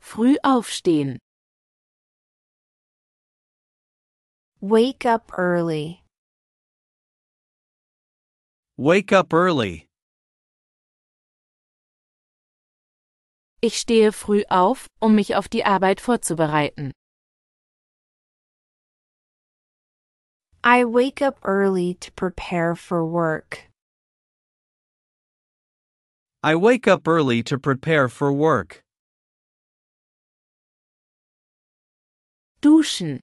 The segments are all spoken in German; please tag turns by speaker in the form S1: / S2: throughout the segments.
S1: Früh aufstehen.
S2: Wake up early.
S3: Wake up early.
S1: Ich stehe früh auf, um mich auf die Arbeit vorzubereiten.
S2: I wake up early to prepare for work.
S3: I wake up early to prepare for work.
S1: Duschen.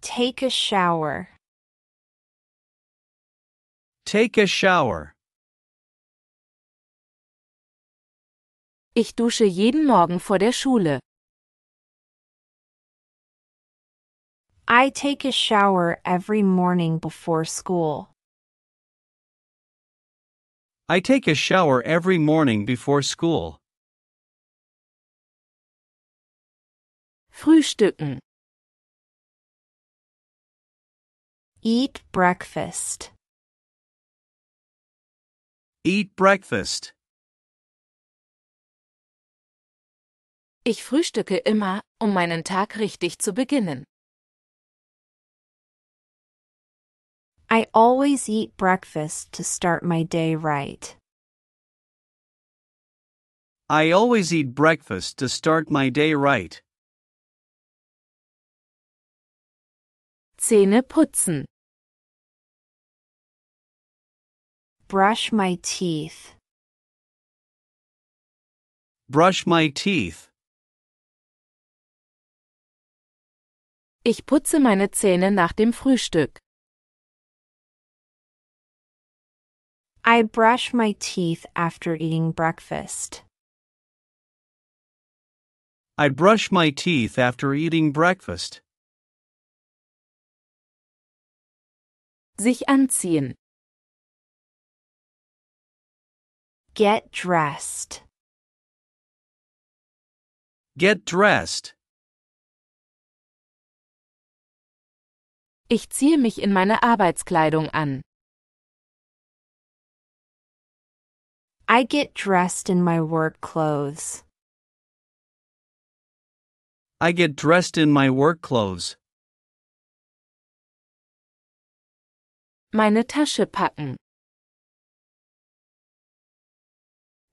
S2: Take a shower.
S3: Take a shower.
S1: Ich dusche jeden Morgen vor der Schule.
S2: I take a shower every morning before school.
S3: I take a shower every morning before school.
S1: Frühstücken.
S2: Eat breakfast.
S3: Eat breakfast.
S1: Ich frühstücke immer, um meinen Tag richtig zu beginnen.
S2: I always eat breakfast to start my day right.
S3: I always eat breakfast to start my day right.
S1: Zähne putzen.
S2: Brush my teeth.
S3: Brush my teeth.
S1: Ich putze meine Zähne nach dem Frühstück.
S2: I brush my teeth after eating breakfast.
S3: I brush my teeth after eating breakfast.
S1: Sich anziehen.
S2: Get dressed.
S3: Get dressed.
S1: Ich ziehe mich in meine Arbeitskleidung an.
S2: I get dressed in my work clothes.
S3: I get dressed in my work clothes.
S1: Meine Tasche packen.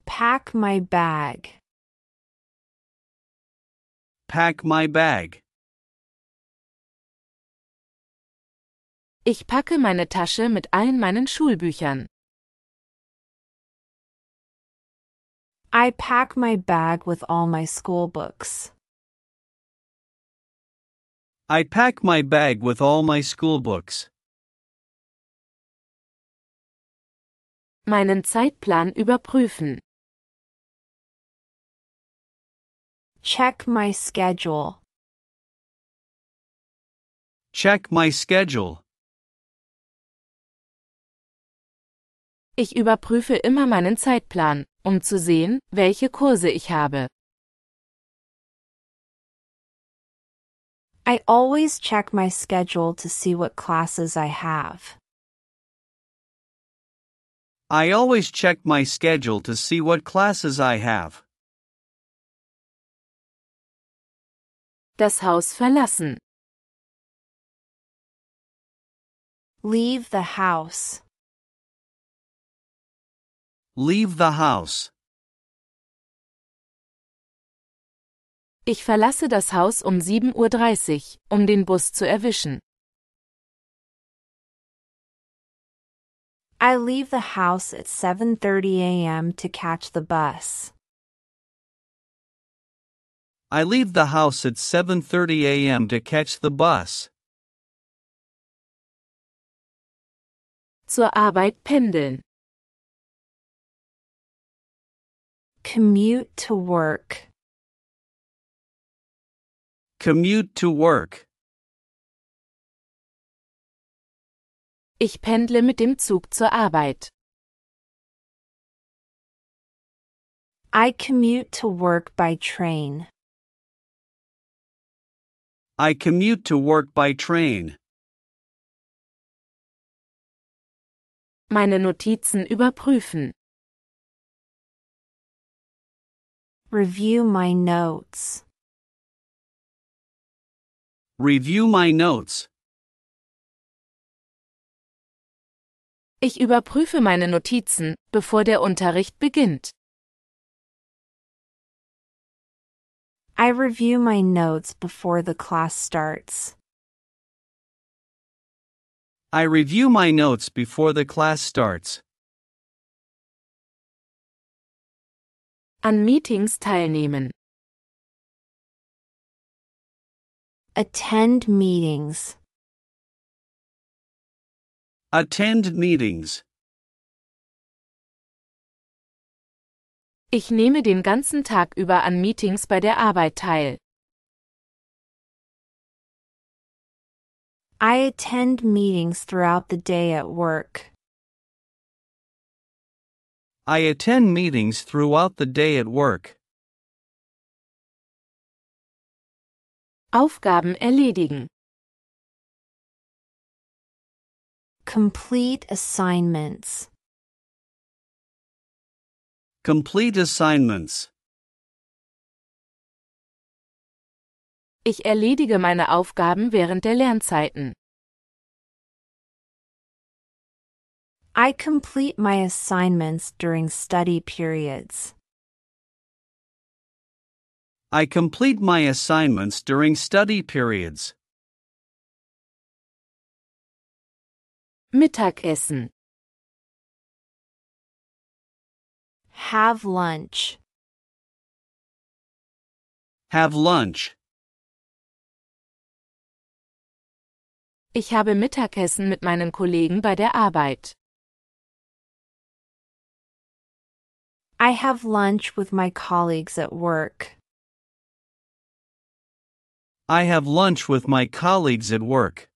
S2: Pack my bag.
S3: Pack my bag.
S1: Ich packe meine Tasche mit allen meinen Schulbüchern.
S2: I pack my bag with all my school books.
S3: I pack my bag with all my school books.
S1: Meinen Zeitplan überprüfen.
S2: Check my schedule.
S3: Check my schedule.
S1: Ich überprüfe immer meinen Zeitplan, um zu sehen, welche Kurse ich habe.
S2: I always check my schedule to see what classes I have.
S3: I always check my schedule to see what classes I have.
S1: Das Haus verlassen.
S2: Leave the house.
S3: Leave the house.
S1: Ich verlasse das Haus um 7.30 Uhr, um den Bus zu erwischen.
S2: I leave the house at 7:30 a.m. to catch the bus.
S3: I leave the house at 7:30 a.m. to catch the bus.
S1: Zur Arbeit pendeln.
S2: Commute to work.
S3: Commute to work.
S1: Ich pendle mit dem Zug zur Arbeit.
S2: I commute to work by train.
S3: I commute to work by train.
S1: Meine Notizen überprüfen.
S2: Review my notes.
S3: Review my notes.
S1: Ich überprüfe meine Notizen, bevor der Unterricht beginnt.
S2: I review my notes before the class starts.
S3: I review my notes before the class starts.
S1: An Meetings teilnehmen.
S2: Attend meetings.
S3: Attend meetings.
S1: Ich nehme den ganzen Tag über an Meetings bei der Arbeit teil.
S2: I attend meetings throughout the day at work.
S3: I attend meetings throughout the day at work.
S1: Aufgaben erledigen.
S2: Complete assignments.
S3: Complete assignments.
S1: Ich erledige meine Aufgaben während der Lernzeiten.
S2: I complete my assignments during study periods.
S3: I complete my assignments during study periods.
S1: Mittagessen.
S2: Have lunch.
S3: Have lunch.
S1: Ich habe Mittagessen mit meinen Kollegen bei der Arbeit.
S2: I have lunch with my colleagues at work.
S3: I have lunch with my colleagues at work.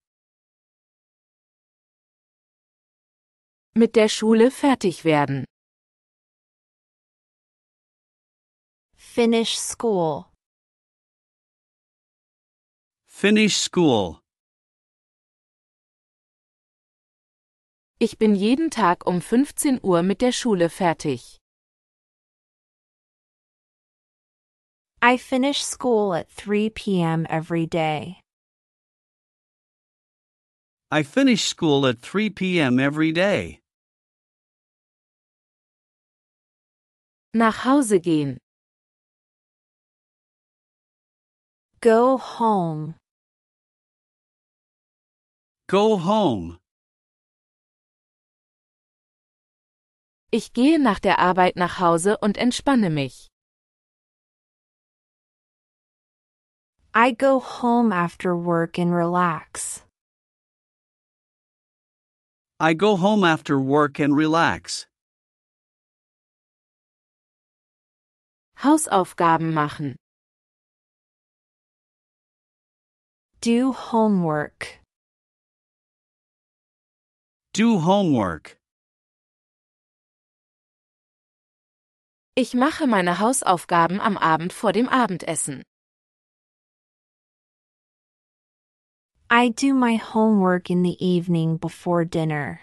S1: Mit der Schule fertig werden.
S2: Finish school.
S3: Finish school.
S1: Ich bin jeden Tag um 15 Uhr mit der Schule fertig.
S2: I finish school at 3 p.m. every day.
S3: I finish school at 3 p.m. every day.
S1: Nach Hause gehen.
S2: Go home.
S3: Go home.
S1: Ich gehe nach der Arbeit nach Hause und entspanne mich.
S2: I go home after work and relax.
S3: I go home after work and relax.
S1: Hausaufgaben machen.
S2: Do homework.
S3: Do homework.
S1: Ich mache meine Hausaufgaben am Abend vor dem Abendessen.
S2: I do my homework in the evening before dinner.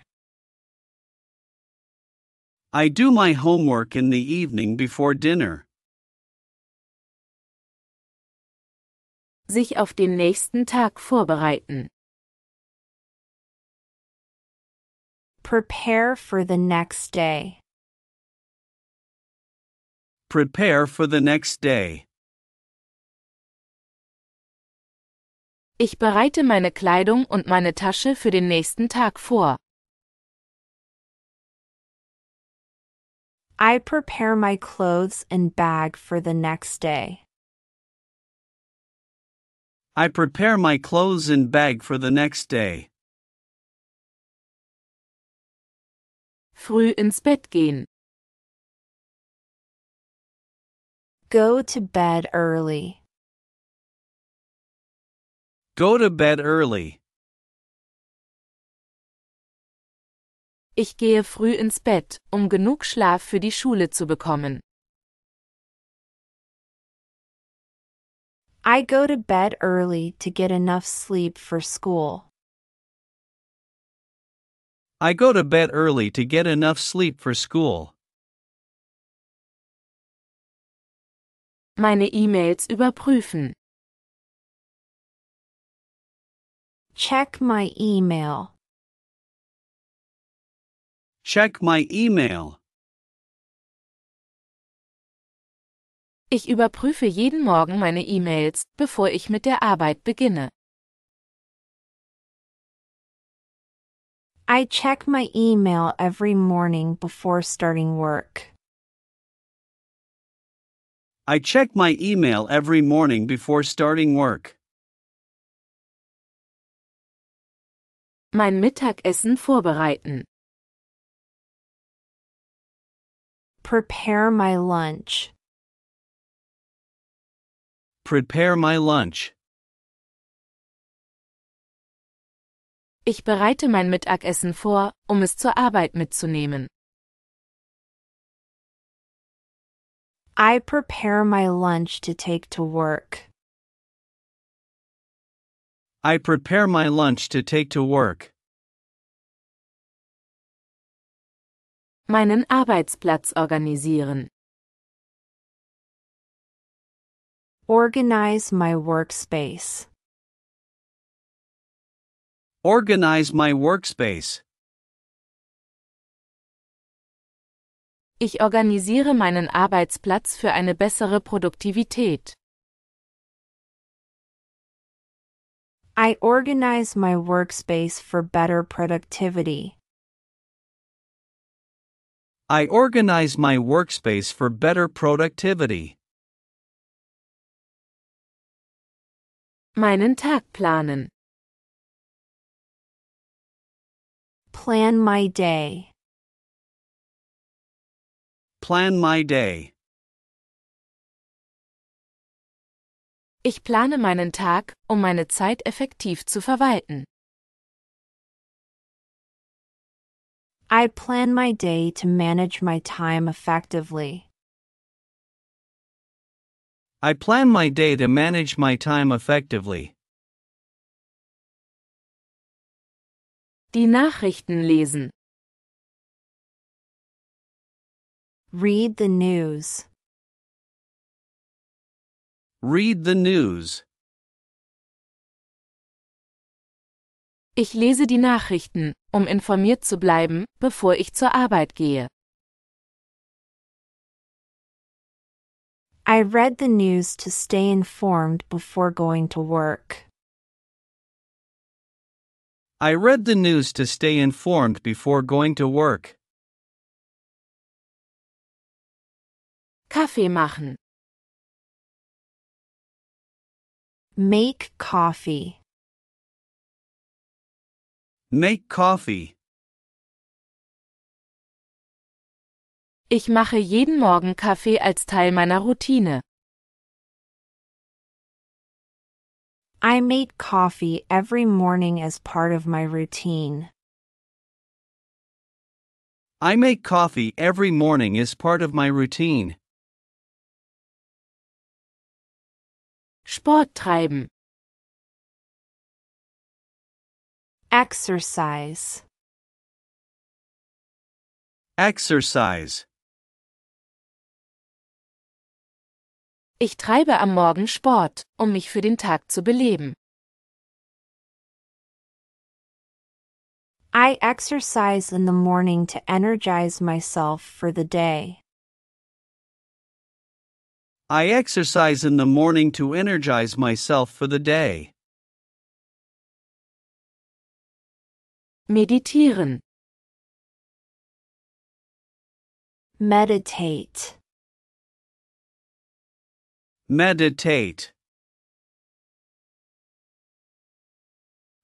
S3: I do my homework in the evening before dinner.
S1: Sich auf den nächsten Tag vorbereiten.
S2: Prepare for the next day.
S3: Prepare for the next day.
S1: Ich bereite meine Kleidung und meine Tasche für den nächsten Tag vor.
S2: I prepare my clothes and bag for the next day.
S3: I prepare my clothes and bag for the next day.
S1: Früh ins Bett gehen.
S2: Go to bed early.
S3: Go to bed early.
S1: Ich gehe früh ins Bett, um genug Schlaf für die Schule zu bekommen.
S2: I go to bed early to get enough sleep for school.
S3: I go to bed early to get enough sleep for school.
S1: Meine E-Mails überprüfen.
S2: Check my email.
S3: Check my email.
S1: Ich überprüfe jeden Morgen meine E-Mails, bevor ich mit der Arbeit beginne.
S2: I check my email every morning before starting work.
S3: I check my email every morning before starting work.
S1: Mein Mittagessen vorbereiten.
S2: Prepare my lunch.
S3: Prepare my lunch.
S1: Ich bereite mein Mittagessen vor, um es zur Arbeit mitzunehmen.
S2: I prepare my lunch to take to work.
S3: I prepare my lunch to take to work.
S1: Meinen Arbeitsplatz organisieren.
S2: Organize my workspace.
S3: Organize my workspace.
S1: Ich organisiere meinen Arbeitsplatz für eine bessere Produktivität.
S2: I organize my workspace for better productivity.
S3: I organize my workspace for better productivity.
S1: Meinen Tag planen.
S2: Plan my day.
S3: Plan my day.
S1: Ich plane meinen Tag, um meine Zeit effektiv zu verwalten.
S2: I plan my day to manage my time effectively.
S3: I plan my day to manage my time effectively.
S1: Die Nachrichten lesen.
S2: Read the news.
S3: Read the news.
S1: Ich lese die Nachrichten, um informiert zu bleiben, bevor ich zur Arbeit gehe.
S2: I read the news to stay informed before going to work.
S3: I read the news to stay informed before going to work.
S1: Kaffee machen.
S2: Make coffee.
S3: Make coffee.
S1: Ich mache jeden Morgen Kaffee als Teil meiner Routine.
S2: I make coffee every morning as part of my routine.
S3: I make coffee every morning as part of my routine.
S1: Sport treiben.
S2: Exercise.
S3: Exercise.
S1: Ich treibe am Morgen Sport, um mich für den Tag zu beleben.
S2: I exercise in the morning to energize myself for the day.
S3: I exercise in the morning to energize myself for the day.
S1: Meditieren.
S2: Meditate.
S3: Meditate.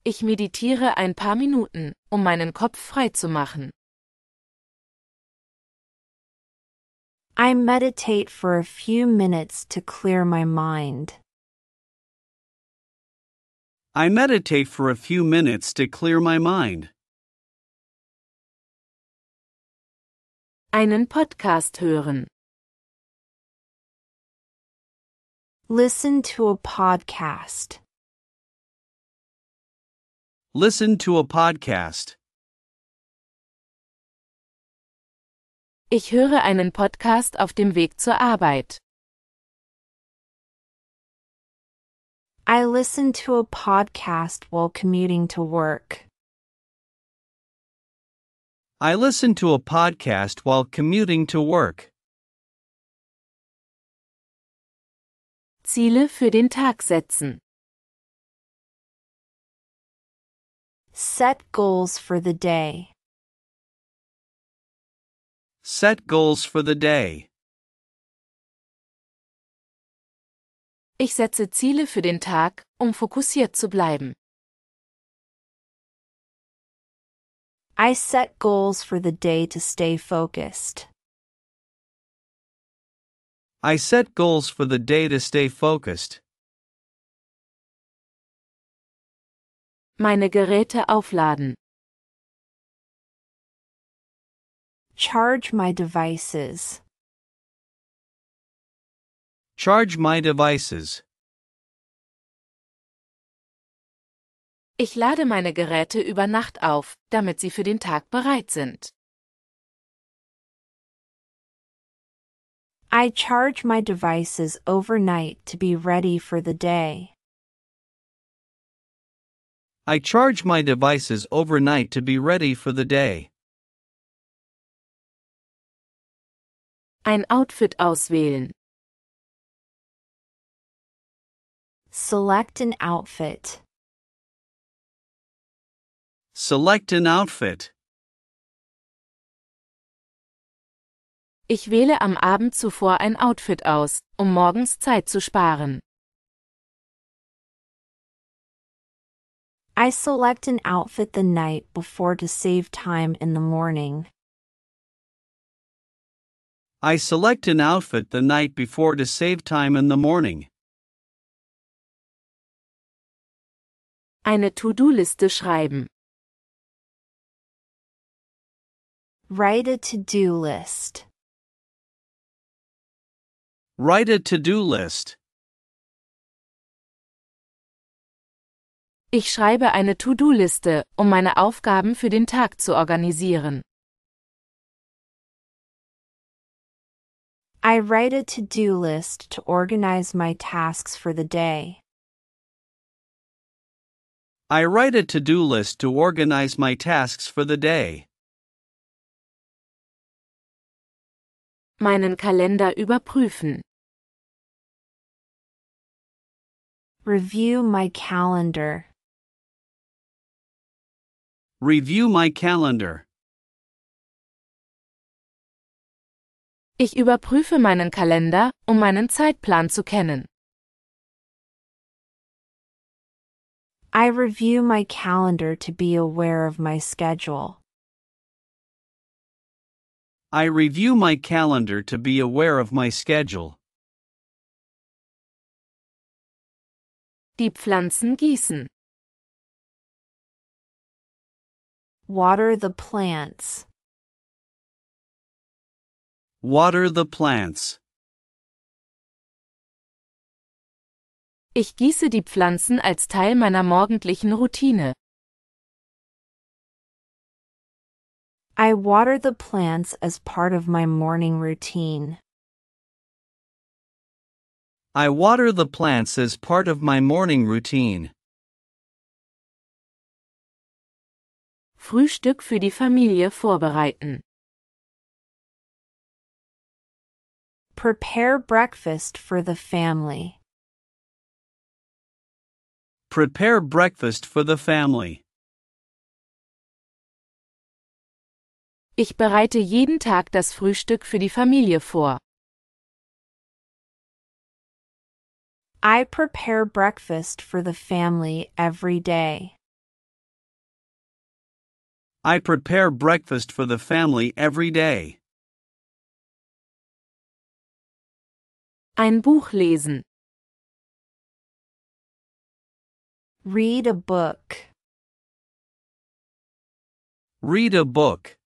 S1: Ich meditiere ein paar Minuten, um meinen Kopf frei zu machen.
S2: I meditate for a few minutes to clear my mind.
S3: I meditate for a few minutes to clear my mind.
S1: Einen Podcast hören.
S2: Listen to a podcast.
S3: Listen to a podcast.
S1: Ich höre einen Podcast auf dem Weg zur Arbeit.
S2: I listen to a podcast while commuting to work.
S3: I listen to a podcast while commuting to work.
S1: Ziele für den Tag setzen.
S2: Set goals for the day.
S3: Set goals for the day.
S1: Ich setze Ziele für den Tag, um fokussiert zu bleiben.
S2: I set goals for the day to stay focused.
S3: I set goals for the day to stay focused.
S1: Meine Geräte aufladen.
S2: Charge my devices.
S3: Charge my devices.
S1: Ich lade meine Geräte über Nacht auf, damit sie für den Tag bereit sind.
S2: I charge my devices overnight to be ready for the day.
S3: I charge my devices overnight to be ready for the day.
S1: Ein Outfit auswählen.
S2: Select an outfit.
S3: Select an outfit.
S1: Ich wähle am Abend zuvor ein Outfit aus, um morgens Zeit zu sparen.
S2: I select an outfit the night before to save time in the morning.
S3: I select an outfit the night before to save time in the morning.
S1: Eine To-Do-Liste schreiben.
S2: Write a to do list.
S3: Write a to do list.
S1: Ich schreibe eine To-Do-Liste, um meine Aufgaben für den Tag zu organisieren.
S2: I write a to do list to organize my tasks for the day.
S3: I write a to do list to organize my tasks for the day.
S1: Meinen Kalender überprüfen.
S2: Review my calendar.
S3: Review my calendar.
S1: Ich überprüfe meinen Kalender, um meinen Zeitplan zu kennen.
S2: I review my calendar to be aware of my schedule.
S3: I review my calendar to be aware of my schedule.
S1: Die Pflanzen gießen.
S2: Water the plants.
S3: Water the plants.
S1: Ich gieße die Pflanzen als Teil meiner morgendlichen Routine.
S2: I water the plants as part of my morning routine.
S3: I water the plants as part of my morning routine.
S1: Frühstück für die Familie vorbereiten.
S2: Prepare breakfast for the family.
S3: Prepare breakfast for the family.
S1: Ich bereite jeden Tag das Frühstück für die Familie vor.
S2: I prepare breakfast for the family every day.
S3: I prepare breakfast for the family every day.
S1: Ein Buch lesen.
S2: Read a book.
S3: Read a book.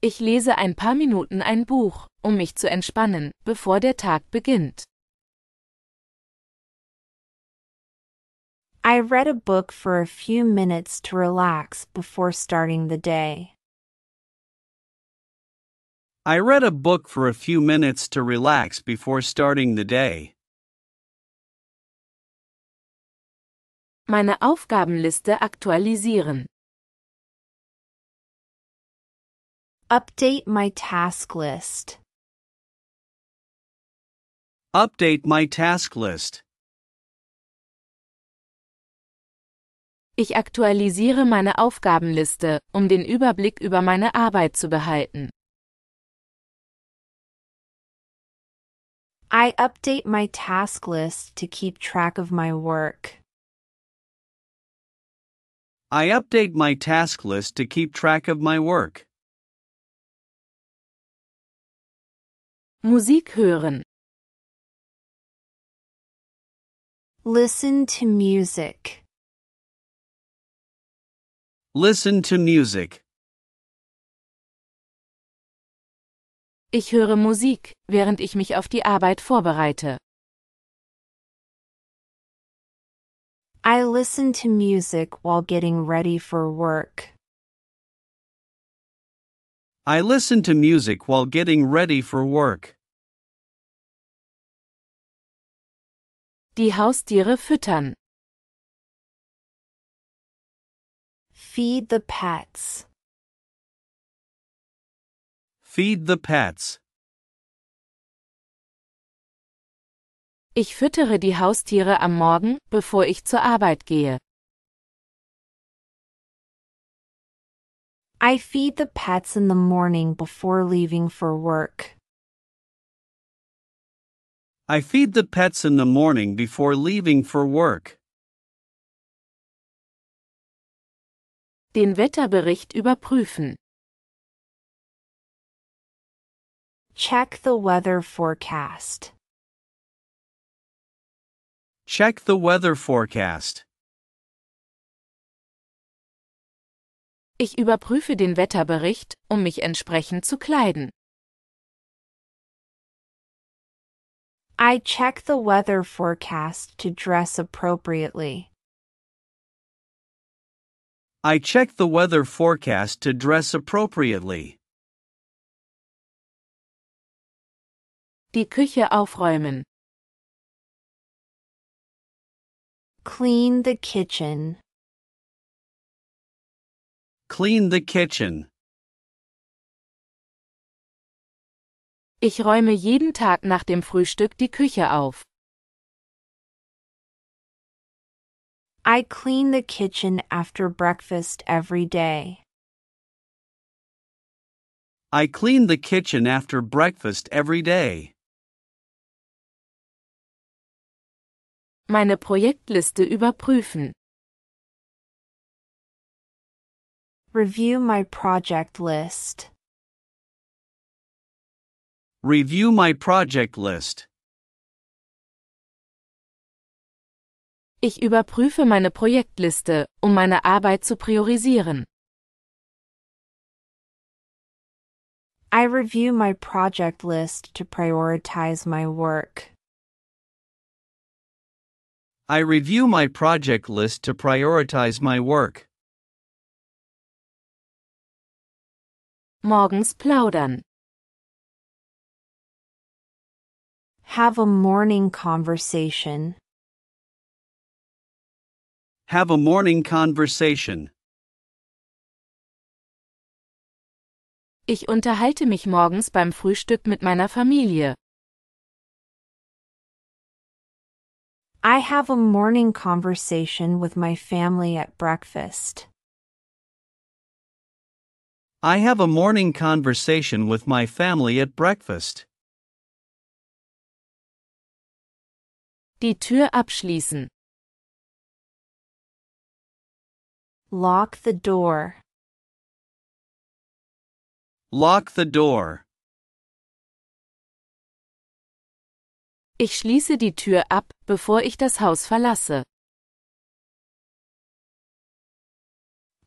S1: Ich lese ein paar Minuten ein Buch, um mich zu entspannen, bevor der Tag beginnt.
S2: I read a book for a few minutes to relax before starting the day.
S3: I read a book for a few minutes to relax before starting the day.
S1: Meine Aufgabenliste aktualisieren.
S2: Update my task list.
S3: Update my task list.
S1: Ich aktualisiere meine Aufgabenliste, um den Überblick über meine Arbeit zu behalten.
S2: I update my task list to keep track of my work.
S3: I update my task list to keep track of my work.
S1: Musik hören.
S2: Listen to music.
S3: Listen to music.
S1: Ich höre Musik, während ich mich auf die Arbeit vorbereite.
S2: I listen to music while getting ready for work.
S3: I listen to music while getting ready for work.
S1: Die Haustiere füttern.
S2: Feed the pets.
S3: Feed the pets.
S1: Ich füttere die Haustiere am Morgen, bevor ich zur Arbeit gehe.
S2: I feed the pets in the morning before leaving for work.
S3: I feed the pets in the morning before leaving for work.
S1: Den Wetterbericht überprüfen.
S2: Check the weather forecast.
S3: Check the weather forecast.
S1: Ich überprüfe den Wetterbericht, um mich entsprechend zu kleiden.
S2: I check the weather forecast to dress appropriately.
S3: I check the weather forecast to dress appropriately.
S1: Die Küche aufräumen.
S2: Clean the kitchen.
S3: Clean the kitchen.
S1: Ich räume jeden Tag nach dem Frühstück die Küche auf.
S2: I clean the kitchen after breakfast every day.
S3: I clean the kitchen after breakfast every day.
S1: Meine Projektliste überprüfen.
S2: Review my project list.
S3: Review my project list.
S1: Ich überprüfe meine Projektliste, um meine Arbeit zu priorisieren.
S2: I review my project list to prioritize my work.
S3: I review my project list to prioritize my work.
S1: Morgens plaudern.
S2: Have a morning conversation.
S3: Have a morning conversation.
S1: Ich unterhalte mich morgens beim Frühstück mit meiner Familie.
S2: I have a morning conversation with my family at breakfast.
S3: I have a morning conversation with my family at breakfast.
S1: Die Tür abschließen.
S2: Lock the door.
S3: Lock the door.
S1: Ich schließe die Tür ab, bevor ich das Haus verlasse.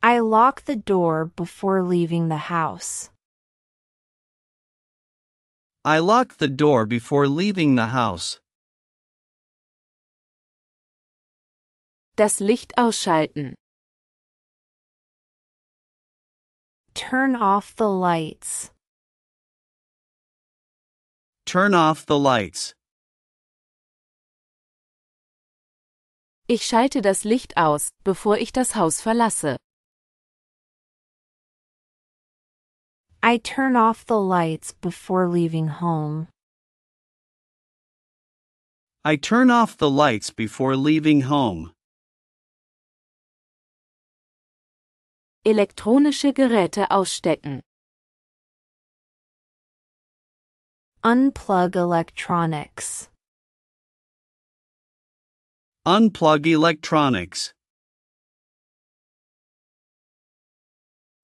S2: I lock the door before leaving the house.
S3: I lock the door before leaving the house.
S1: Das Licht ausschalten.
S2: Turn off the lights.
S3: turn off the lights.
S1: Ich schalte das Licht aus, bevor ich das Haus verlasse.
S2: I turn off the lights before leaving home.
S3: I turn off the lights before leaving home.
S1: Elektronische Geräte ausstecken.
S2: Unplug electronics.
S3: Unplug electronics.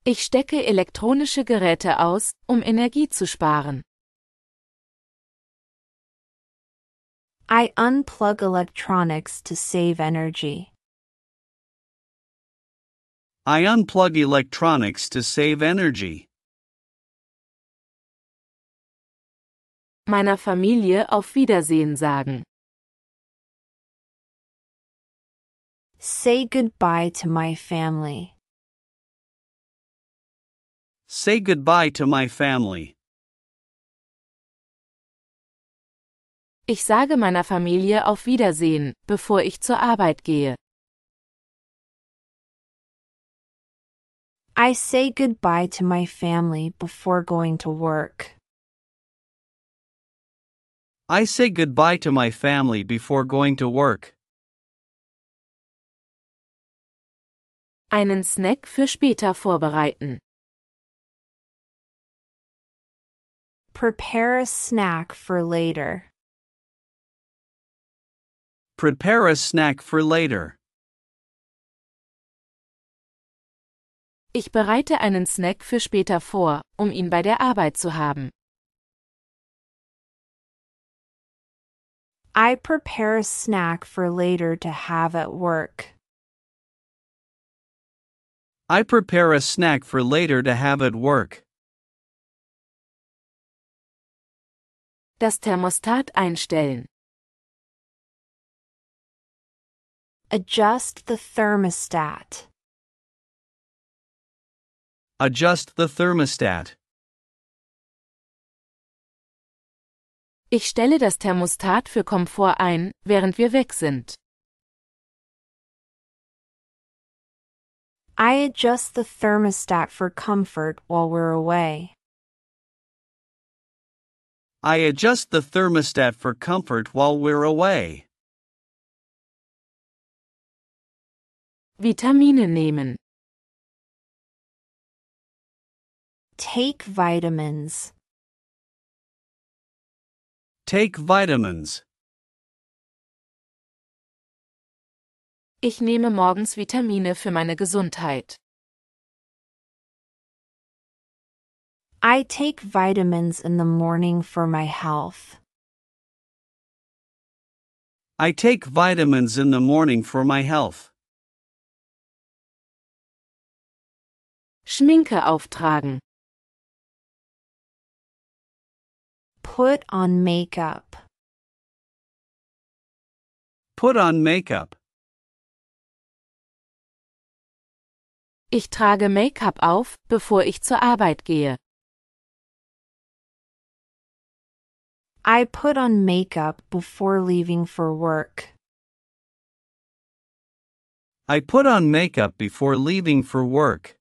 S1: Ich stecke elektronische Geräte aus, um Energie zu sparen.
S2: I unplug electronics to save energy.
S3: I unplug electronics to save energy.
S1: Meiner Familie auf Wiedersehen sagen.
S2: Say goodbye to my family.
S3: Say goodbye to my family.
S1: Ich sage meiner Familie auf Wiedersehen, bevor ich zur Arbeit gehe.
S2: I say goodbye to my family before going to work.
S3: I say goodbye to my family before going to work.
S1: Einen Snack für später vorbereiten.
S2: Prepare a snack for later.
S3: Prepare a snack for later.
S1: Ich bereite einen Snack für später vor, um ihn bei der Arbeit zu haben.
S2: I prepare a snack for later to have at work.
S3: I prepare a snack for later to have at work.
S1: Das Thermostat einstellen.
S2: Adjust the thermostat.
S3: Adjust the thermostat.
S1: Ich stelle das Thermostat für Komfort ein, während wir weg sind.
S2: I adjust the thermostat for comfort while we're away.
S3: I adjust the thermostat for comfort while we're away.
S1: Vitamine nehmen.
S2: Take vitamins.
S3: Take vitamins.
S1: Ich nehme morgens Vitamine für meine Gesundheit.
S2: I take vitamins in the morning for my health.
S3: I take vitamins in the morning for my health.
S1: Schminke auftragen.
S2: Put on makeup.
S3: Put on makeup.
S1: Ich trage Make-up auf, bevor ich zur Arbeit gehe.
S2: I put on makeup before leaving for work.
S3: I put on makeup before leaving for work.